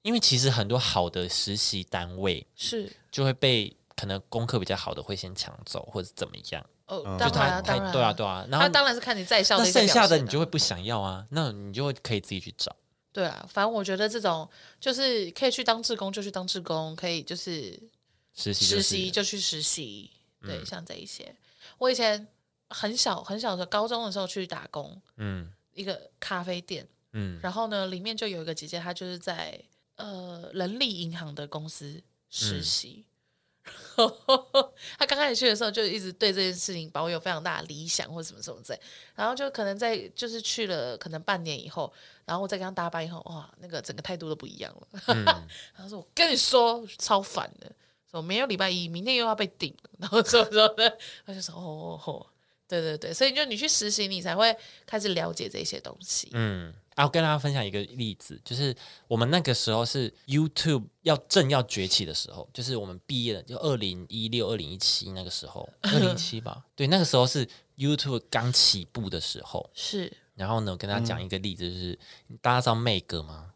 Speaker 2: 因为其实很多好的实习单位
Speaker 1: 是
Speaker 2: 就会被可能功课比较好的会先抢走，或者怎么样。
Speaker 1: 哦
Speaker 3: 嗯，
Speaker 1: 当
Speaker 3: 就
Speaker 1: 然啊
Speaker 2: 他
Speaker 1: 当
Speaker 2: 他
Speaker 1: 然，
Speaker 2: 对啊，对啊，然
Speaker 1: 他
Speaker 2: 后
Speaker 1: 当然是看你在校
Speaker 2: 那
Speaker 1: 的一个
Speaker 2: 剩
Speaker 1: 表
Speaker 2: 下的
Speaker 1: 现
Speaker 2: 你
Speaker 1: 啊
Speaker 2: 就会不想要啊，那你就会可以自己去找。
Speaker 1: 对啊，反正我觉得这种就是可以去当志工就去当志工，可以就是
Speaker 2: 实习、就
Speaker 1: 实
Speaker 2: 是、
Speaker 1: 习就去实习，对，像这一些。我以前很小很小的时候，高中的时候去打工，
Speaker 2: 嗯
Speaker 1: 一个咖啡店，
Speaker 2: 嗯
Speaker 1: 然后呢，里面就有一个姐姐，她就是在呃人力银行的公司
Speaker 2: 嗯
Speaker 1: 实习。 然后她刚开始去的时候，就一直对这件事情抱有非常大的理想，或什么什么之类。然后就可能在就是去了可能半年以后，然后我再跟她搭班以后，哇，那个整个态度都不一样了。
Speaker 2: 嗯，
Speaker 1: 他说：“我跟你说，超烦的，说没有礼拜一，明天又要被顶了。” 然后说说的，他就说：“哦哦哦，对对对，所以就你去实习，你才会开始了解这些东西。
Speaker 2: 嗯，啊，我跟大家分享一个例子，就是我们那个时候是 YouTube 要正要崛起的时候，就是我们毕业了，就二零一六、二零一七那个时候，二零一七吧，对，那个时候是 YouTube 刚起步的时候。
Speaker 1: 是，
Speaker 2: 然后呢，我跟大家讲一个例子，就是、大家知道 Meg 吗？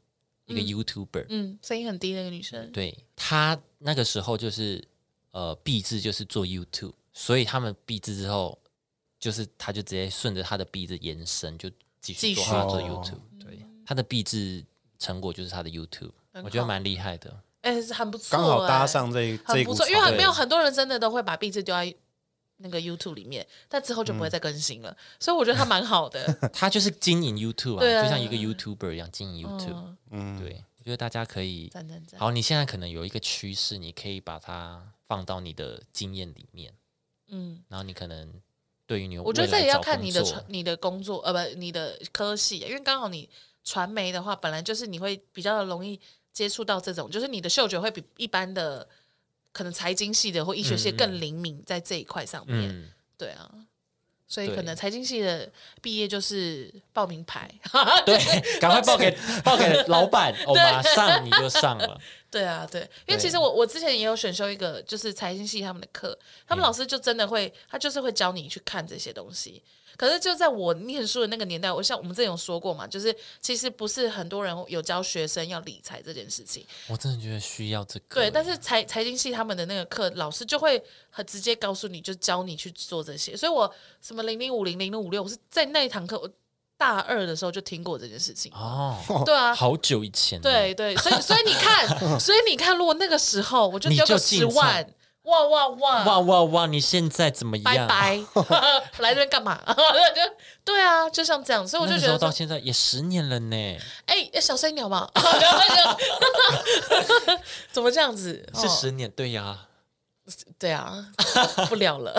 Speaker 2: 一个 YouTuber，、
Speaker 1: 嗯，声音很低的一个女生，
Speaker 2: 嗯对她那个时候就是呃，毕制就是做 YouTube，所以他们毕制之后，就是她就直接顺着她的毕制延伸，就继
Speaker 1: 继
Speaker 2: 续做
Speaker 1: 续嗯
Speaker 2: 她做
Speaker 3: 做
Speaker 2: YouTube，、对，她的毕制成果就是她的 YouTube，
Speaker 1: 很
Speaker 2: 我觉得
Speaker 1: 好
Speaker 2: 蛮厉 害的，
Speaker 1: 哎、是很不错、
Speaker 3: 刚好搭
Speaker 1: 哎，
Speaker 3: 上这一这
Speaker 1: 很
Speaker 3: 一
Speaker 1: 不
Speaker 3: 股
Speaker 1: 错，
Speaker 3: 潮
Speaker 1: 因为
Speaker 2: 对
Speaker 1: 没有很多人真的都会把壁纸丢在那个 YouTube 里面，但之后就不会再更新了，所以我觉得她蛮好的。
Speaker 2: 她就是经营 YouTube
Speaker 1: 对
Speaker 2: 啊，
Speaker 1: 啊
Speaker 2: 就像一个 YouTuber 一样经营 YouTube，、
Speaker 1: 嗯，
Speaker 3: 嗯，
Speaker 2: 对，我觉得大家可以
Speaker 1: 赞赞赞，
Speaker 2: 好，你现在可能有一个趋势，你可以把它放到你的经验里面，
Speaker 1: 嗯。
Speaker 2: 然后你可能对于你，
Speaker 1: 我觉得这也要看你的传、你的工作，呃，不，你的科系，啊因为刚好你传媒的话，本来就是你会比较容易接触到这种，就是你的嗅觉会比一般的可能财经系的或医学系
Speaker 2: 嗯嗯
Speaker 1: 更灵敏在这一块上面。
Speaker 2: 嗯，
Speaker 1: 对啊，所以
Speaker 2: 对
Speaker 1: 可能财经系的毕业就是报名牌，
Speaker 2: 对， 赶快报给报给老板，哦，马上你就上 了，
Speaker 1: 对啊，对，因为
Speaker 2: 对
Speaker 1: 其实我我之前也有选修一个就是财经系他们的课，他
Speaker 2: 嗯
Speaker 1: 们老师就真的会，他就是会教你去看这些东西。可是就在我念书的那个年代，我像我们之前有说过嘛，就是其实不是很多人有教学生要理财这件事情。
Speaker 2: 我真的觉得需要这个，
Speaker 1: 对，但是财财经系他们的那个课，老师就会很直接告诉你，就教你去做这些。所以我什么零零五零零零五六，我是在那一堂课，我大二的时候就听过这件事情。
Speaker 2: 哦，
Speaker 1: 对啊，
Speaker 2: 好久以前，，
Speaker 1: 对对，所以所以你看，所以你看，如果那个时候我就
Speaker 2: 你
Speaker 1: 丢
Speaker 2: 就
Speaker 1: 个
Speaker 2: 进
Speaker 1: 十万，哇哇哇，
Speaker 2: 哇哇哇，你现在怎么
Speaker 1: 拜
Speaker 2: 样？
Speaker 1: 拜，来这边干嘛？ 就对啊，就像这样，所以我就
Speaker 2: 那个
Speaker 1: 觉
Speaker 2: 时候
Speaker 1: 得
Speaker 2: 到
Speaker 1: 说，
Speaker 2: 现在也十年了呢，
Speaker 1: 哎、小声一点 嘛，就怎么这样子？
Speaker 2: 是
Speaker 1: 哦
Speaker 2: 十年，对呀，
Speaker 1: 对啊，不聊了。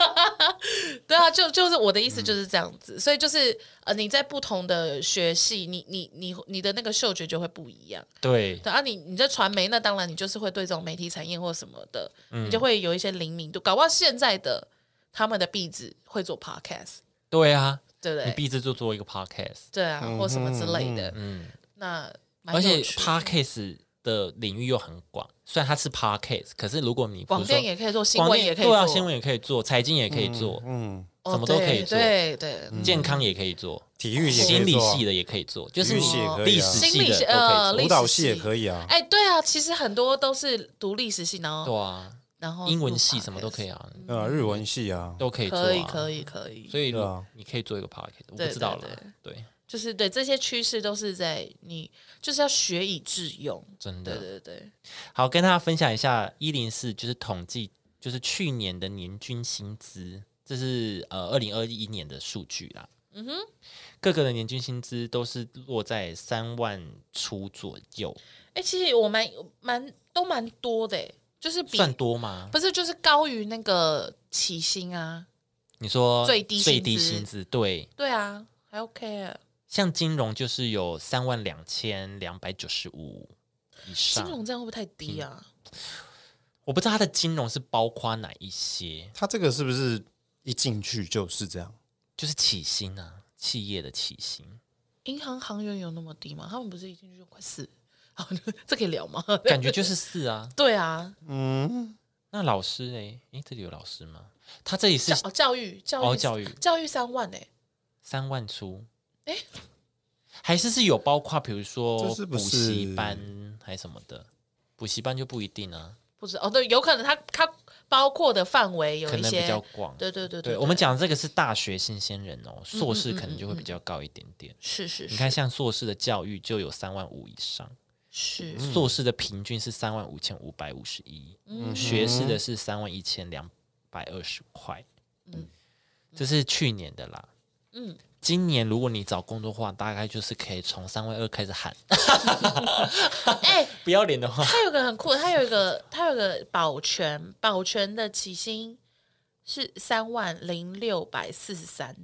Speaker 1: 对啊，就就是我的
Speaker 2: 嗯
Speaker 1: 意思就是这样子，所以就是呃，你在不同的学系，你你你你的那个嗅觉就会不一样。
Speaker 2: 对，
Speaker 1: 对啊你，你在传媒，那当然你就是会对这种媒体产业或什么的，你
Speaker 2: 嗯
Speaker 1: 就会有一些灵敏度。搞不好现在的他们的壁纸会做 podcast，
Speaker 2: 对啊，
Speaker 1: 对不
Speaker 2: 你
Speaker 1: 对？
Speaker 2: 必须就做一个 podcast。
Speaker 1: 对啊，或什么之类的。
Speaker 2: 嗯
Speaker 1: 那蛮
Speaker 2: 而
Speaker 1: 有
Speaker 2: 且
Speaker 1: 趣
Speaker 2: podcast 的领域又很广，虽然它是 podcast，可是如果你比如
Speaker 1: 广电
Speaker 2: 说
Speaker 1: 也可以做，新
Speaker 2: 广
Speaker 1: 闻
Speaker 2: 电
Speaker 1: 也可以
Speaker 2: 对
Speaker 1: 做，
Speaker 2: 啊，新闻也可以做，财经也可以做，
Speaker 3: 嗯，
Speaker 1: 哦
Speaker 2: 什么都可以做嗯
Speaker 1: 对对，对
Speaker 2: 健康也可以做，
Speaker 3: 体育系
Speaker 2: 心理系
Speaker 3: 的，
Speaker 2: 的也可以做，就是
Speaker 3: 体育
Speaker 2: 你
Speaker 3: 系也可以
Speaker 2: 历
Speaker 3: 啊
Speaker 2: 史
Speaker 1: 心
Speaker 2: 系
Speaker 1: 理
Speaker 2: 的
Speaker 1: 系
Speaker 2: 都可
Speaker 1: 呃
Speaker 2: 以
Speaker 1: 历
Speaker 2: 做，
Speaker 3: 啊舞蹈系也可以啊，
Speaker 1: 哎，对啊，其实很多都是读历史系，然后
Speaker 2: 对啊，
Speaker 1: 然后
Speaker 2: 英文系什么都可
Speaker 1: 以，
Speaker 2: 以啊，
Speaker 1: 嗯
Speaker 3: 对啊，日文系啊，
Speaker 2: 都可以做，
Speaker 1: 可以可
Speaker 2: 以，
Speaker 1: 以可以，
Speaker 2: 所以
Speaker 3: 对啊
Speaker 2: 你可以做一个 podcast，我不
Speaker 1: 对
Speaker 2: 知道
Speaker 1: 对
Speaker 2: 了，对，
Speaker 1: 就是对这些趋势都是在你就是要学以致用，
Speaker 2: 真
Speaker 1: 对
Speaker 2: 的
Speaker 1: 对对。
Speaker 2: 好，跟大家分享一下一零四就是统计，就是去年的年均薪资，这是呃二零二一年的数据啦。嗯哼，各个的年均薪资都是落在三万出左右，
Speaker 1: 哎、其实我蛮蛮都蛮多的、欸就是比
Speaker 2: 算多吗？
Speaker 1: 不是就是高于那个起薪啊，
Speaker 2: 你说
Speaker 1: 最低薪资
Speaker 2: 最低薪资对，
Speaker 1: 对啊，还 OK 耶
Speaker 2: 像金融就是有三万两千两百九十五以
Speaker 1: 金
Speaker 2: 上，
Speaker 1: 融这样会不会太低
Speaker 2: 嗯
Speaker 1: 啊？
Speaker 2: 我不知道它的金融是包括哪一些，
Speaker 3: 他这个是不是一进去就是这样？
Speaker 2: 就是起薪啊，企业的起薪，
Speaker 1: 银行行员有那么低吗？他们不是一进去就快四？好，这可以聊吗？
Speaker 2: 感觉就是四啊。
Speaker 1: 对啊，
Speaker 3: 嗯，
Speaker 2: 那老师嘞？诶，这里有老师吗？他这里是
Speaker 1: 教哦教育教育、
Speaker 2: 哦教育
Speaker 1: 教育三万哎、
Speaker 2: 三万出，
Speaker 1: 诶
Speaker 2: 还是是有包括，比如说
Speaker 3: 这是
Speaker 2: 补
Speaker 3: 不是
Speaker 2: 习班还是什么的，补习班就不一定啊，
Speaker 1: 不知哦，对，有可能他他包括的范围有
Speaker 2: 可
Speaker 1: 一
Speaker 2: 能比
Speaker 1: 些
Speaker 2: 较，广。
Speaker 1: 对对对嗯
Speaker 2: 对，我们讲这个是大学新鲜人哦，硕士可能就会比较高一点点。
Speaker 1: 是是
Speaker 2: 你看，
Speaker 1: 是
Speaker 2: 像硕士的教育就有三万五以上，
Speaker 1: 是，
Speaker 2: 硕士的平均是三万五千五百五十一，学士的是三万一千两百二十块。嗯这是去年的啦。
Speaker 1: 嗯
Speaker 2: 今年如果你找工作的话，大概就是可以从三万二开始喊，
Speaker 1: 哎、
Speaker 2: 不要脸的话，
Speaker 1: 他有个很酷的，他有一个他有个保全，保全的起薪是三万零六百四十三，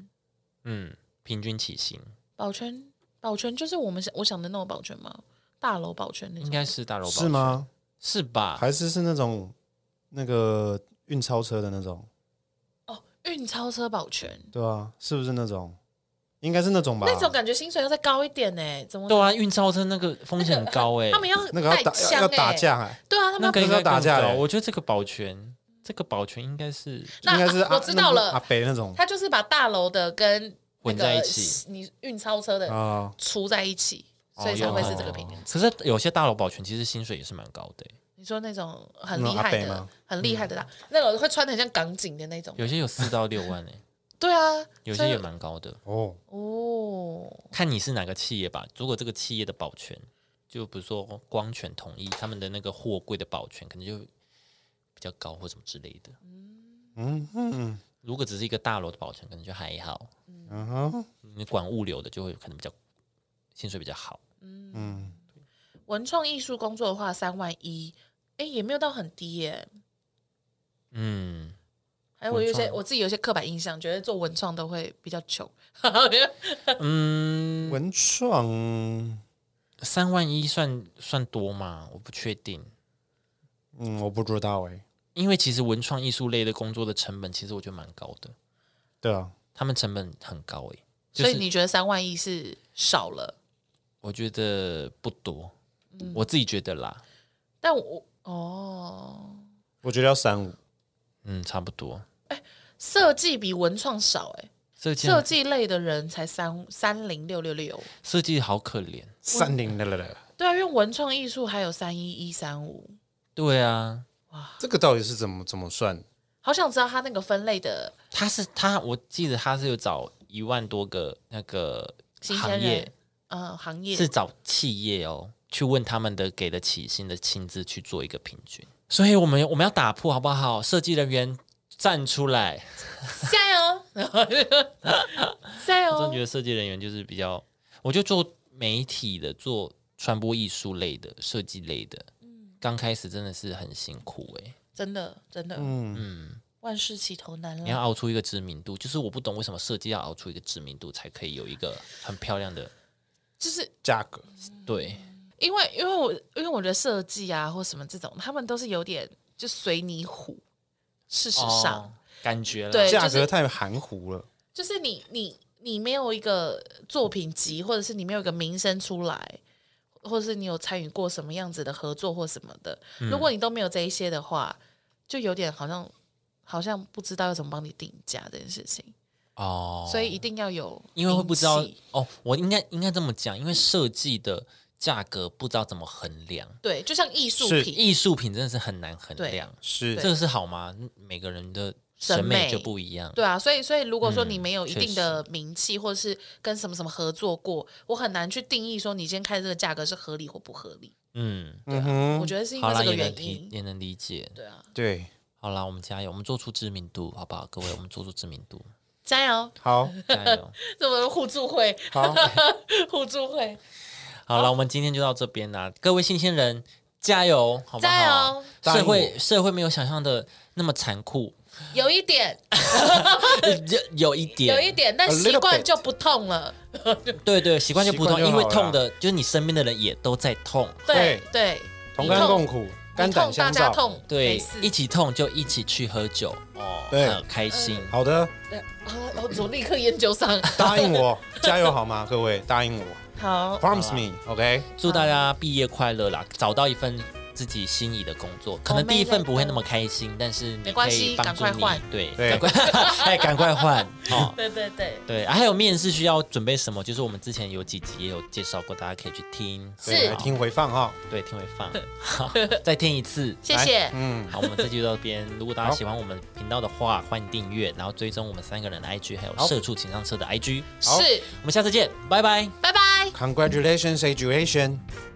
Speaker 2: 嗯，平均起薪
Speaker 1: 保全保全就是我们想我想的那种保全吗？大楼保全那种
Speaker 2: 应该是大楼保
Speaker 3: 是？吗？
Speaker 2: 是吧？
Speaker 3: 还是是那种那个运钞车的那种？
Speaker 1: 哦，运钞车保全
Speaker 3: 对啊，是不是那种？应该是那种吧。
Speaker 1: 那种感觉薪水要再高一点呢，怎么
Speaker 2: 对啊，运钞车那个风险很高哎、
Speaker 1: 他们要
Speaker 3: 那个要
Speaker 1: 带
Speaker 3: 打要
Speaker 1: 枪
Speaker 3: 要
Speaker 1: 哎，
Speaker 3: 打架哎、
Speaker 1: 对啊，他们
Speaker 2: 那
Speaker 1: 要
Speaker 2: 个应
Speaker 3: 那
Speaker 2: 该
Speaker 3: 个打架
Speaker 2: 更高
Speaker 3: 欸
Speaker 2: 我觉得这个保全，这个保全应该是
Speaker 1: 那
Speaker 3: 应该是
Speaker 1: 啊
Speaker 3: 阿
Speaker 1: 我知道了
Speaker 3: 那个阿北那种
Speaker 1: 他就是把大楼的跟那
Speaker 2: 混
Speaker 1: 个
Speaker 2: 在一起
Speaker 1: 你运钞车的
Speaker 3: 啊，
Speaker 1: 出在一起，所以才会是这个平均。
Speaker 2: 哦可是有些大楼保全其实薪水也是蛮高的欸、
Speaker 1: 你说那种很
Speaker 3: 那
Speaker 1: 厉
Speaker 3: 种阿
Speaker 1: 害
Speaker 3: 伯
Speaker 1: 的
Speaker 3: 吗、
Speaker 1: 很厉害的啦，那种会穿的很像港警的那种。
Speaker 2: 嗯有些有四到六万哎、
Speaker 1: 对啊，
Speaker 2: 有
Speaker 1: 所
Speaker 2: 些
Speaker 1: 以
Speaker 2: 也蛮高的，
Speaker 3: 哦，
Speaker 1: 哦，
Speaker 2: 看你是哪个企业吧。如果这个企业的保全，就比如说光权统一，他们的那个货柜的保全可能就比较高或什么之类的。
Speaker 3: 嗯嗯
Speaker 2: 如果只是一个大楼的保全，可能就还好。
Speaker 3: 嗯哼
Speaker 2: 你管物流的就会可能比较薪水比较好。
Speaker 3: 嗯，
Speaker 1: 文创艺术工作的话，三万一，哎，也没有到很低耶。
Speaker 2: 嗯，
Speaker 1: 还有我有一
Speaker 2: 文
Speaker 1: 些
Speaker 2: 创
Speaker 1: 我自己有一些刻板印象，觉得做文创都会比较 穷。
Speaker 2: 嗯，
Speaker 3: 文创
Speaker 2: 三万一算算多吗？我不确定，
Speaker 3: 嗯我不知道哎、
Speaker 2: 因为其实文创艺术类的工作的成本其实我觉得蛮高的，
Speaker 3: 对啊，
Speaker 2: 他们成本很高欸诶、就
Speaker 1: 所以
Speaker 2: 是
Speaker 1: 你觉得三万一是少了？
Speaker 2: 我觉得不多，
Speaker 1: 嗯
Speaker 2: 我自己觉得啦，
Speaker 1: 但我哦，
Speaker 3: 我觉得要三五，
Speaker 2: 嗯，差不多。
Speaker 1: 设计比文创少哎，
Speaker 2: 设计
Speaker 1: 设计类的人才三三零六六六。
Speaker 2: 设计好可怜，
Speaker 3: 三零的了了，
Speaker 1: 对啊，因为文创艺术还有三一一三五，
Speaker 2: 对啊，
Speaker 3: 这个到底是怎么怎么算？
Speaker 1: 好想知道他那个分类的
Speaker 2: 他是他，我记得他是有找一万多个那个
Speaker 1: 新
Speaker 2: 行
Speaker 1: 鲜
Speaker 2: 业
Speaker 1: 人，，呃，行业
Speaker 2: 是找企业哦，去问他们的给的起薪的薪资去做一个平均。所以我们我们要打破好不好？设计人员站出来，
Speaker 1: 加油，加
Speaker 2: 我真的觉
Speaker 1: 油，
Speaker 2: 得设计人员就是比较，我就做媒体的，做传播艺术类的、设计类的，
Speaker 1: 嗯
Speaker 2: 刚开始真的是很辛苦欸诶、
Speaker 1: 真的真的，
Speaker 3: 嗯，
Speaker 1: 万事起头难
Speaker 2: 你要
Speaker 1: 了。
Speaker 2: 熬出一个知名度，就是我不懂为什么设计要熬出一个知名度才可以有一个很漂亮的
Speaker 1: 就是
Speaker 3: 价格
Speaker 1: 嗯
Speaker 2: 对。
Speaker 1: 因为因为我因为我觉得设计啊或什么这种，他们都是有点就随你唬。事实上，
Speaker 2: 哦感觉了，
Speaker 1: 对
Speaker 3: 价
Speaker 1: 就是
Speaker 3: 格太含糊了，
Speaker 1: 就是你你你没有一个作品集，或者是你没有一个名声出来，或者是你有参与过什么样子的合作或什么的，
Speaker 2: 嗯
Speaker 1: 如果你都没有这一些的话，就有点好像好像不知道要怎么帮你定价这件事情，
Speaker 2: 哦，
Speaker 1: 所以一定要有
Speaker 2: 因为会不知道
Speaker 1: 名气
Speaker 2: 哦，我应该应该这么讲，因为设计的价格不知道怎么衡量，
Speaker 1: 对，就像艺术
Speaker 3: 是
Speaker 1: 品，
Speaker 2: 艺术品真的是很难衡量，
Speaker 3: 是
Speaker 2: 这个是好吗？嗯每个人的
Speaker 1: 审
Speaker 2: 审美
Speaker 1: 美
Speaker 2: 就不一样，
Speaker 1: 对啊，所以所以如果说你
Speaker 2: 嗯
Speaker 1: 没有一
Speaker 2: 确
Speaker 1: 定的名气，或者是跟什么什么合作过，我很难去定义说你今天开这个价格是合理或不合理。
Speaker 2: 嗯，
Speaker 3: 嗯哼，
Speaker 1: 啊我觉得是因
Speaker 2: 好
Speaker 1: 为
Speaker 2: 啦，
Speaker 1: 这个
Speaker 2: 也能
Speaker 1: 原
Speaker 2: 理
Speaker 1: 因，
Speaker 2: 也能理解，
Speaker 1: 对啊，
Speaker 3: 对，
Speaker 2: 好啦，我们加油，我们做出知名度，好不好？各位，我们做出知名度，
Speaker 1: 加油！
Speaker 3: 好
Speaker 2: 加油！
Speaker 1: 这么互助会，
Speaker 3: 好，
Speaker 1: 互助会，
Speaker 2: 好了，我们今天就到这边啦，各位新鲜人，加油，好不
Speaker 1: 加
Speaker 2: 好
Speaker 1: 油？
Speaker 2: 社
Speaker 3: 答应
Speaker 2: 会社会没有想象的那么残 酷，
Speaker 1: 有一点，
Speaker 2: 呃有有一点，
Speaker 1: 有一点，但
Speaker 3: A
Speaker 1: 习
Speaker 3: little
Speaker 1: 惯
Speaker 3: bit
Speaker 1: 就不痛了。
Speaker 2: 对对，习惯就不
Speaker 3: 习
Speaker 2: 痛，
Speaker 3: 惯就
Speaker 2: 因为
Speaker 3: 好了
Speaker 2: 痛的就是你身边的人也都在痛，
Speaker 1: 对对，
Speaker 3: 同
Speaker 1: 你
Speaker 3: 甘
Speaker 1: 痛
Speaker 3: 共苦，肝
Speaker 1: 你
Speaker 3: 胆
Speaker 1: 痛大
Speaker 3: 相
Speaker 1: 家
Speaker 3: 照。
Speaker 1: 痛，没
Speaker 2: 对
Speaker 1: 事，
Speaker 2: 一起痛就一起去喝酒哦，
Speaker 3: 对
Speaker 2: 很开心。
Speaker 1: 嗯
Speaker 3: 好的，
Speaker 1: 对啊，老祖立刻研究上。
Speaker 3: 答应我，加油好吗？各位，答应我
Speaker 1: 好，
Speaker 3: ，promise me，OK？
Speaker 2: 祝大家毕业快乐啦！找到一份自己心仪的工作，可能第一份不会那么开心，但是你
Speaker 1: 哦没关
Speaker 2: 可
Speaker 1: 系
Speaker 2: 以帮助
Speaker 1: 赶快
Speaker 2: 你
Speaker 1: 换，
Speaker 2: 对，
Speaker 3: 对
Speaker 2: 赶快， 哎，赶 快换哦。
Speaker 1: 对对对，
Speaker 2: 对、啊还有面试需要准备什么？就是我们之前有几集也有介绍过，大家可以去听，
Speaker 3: 对，
Speaker 1: 是
Speaker 3: 来听回放哈。
Speaker 2: 对，听回放，好再听 一次。
Speaker 1: 谢谢，
Speaker 3: 嗯，
Speaker 2: 好，我们这集就到这边。如果大家
Speaker 3: 好
Speaker 2: 喜欢我们频道的话，欢迎订阅，然后追踪我们三个人的 IG，还有
Speaker 3: 好
Speaker 2: 社畜请上车的 IG。
Speaker 3: 好
Speaker 1: 是，
Speaker 2: 我们下次见，拜拜。
Speaker 1: 拜拜。
Speaker 3: Congratulations, education.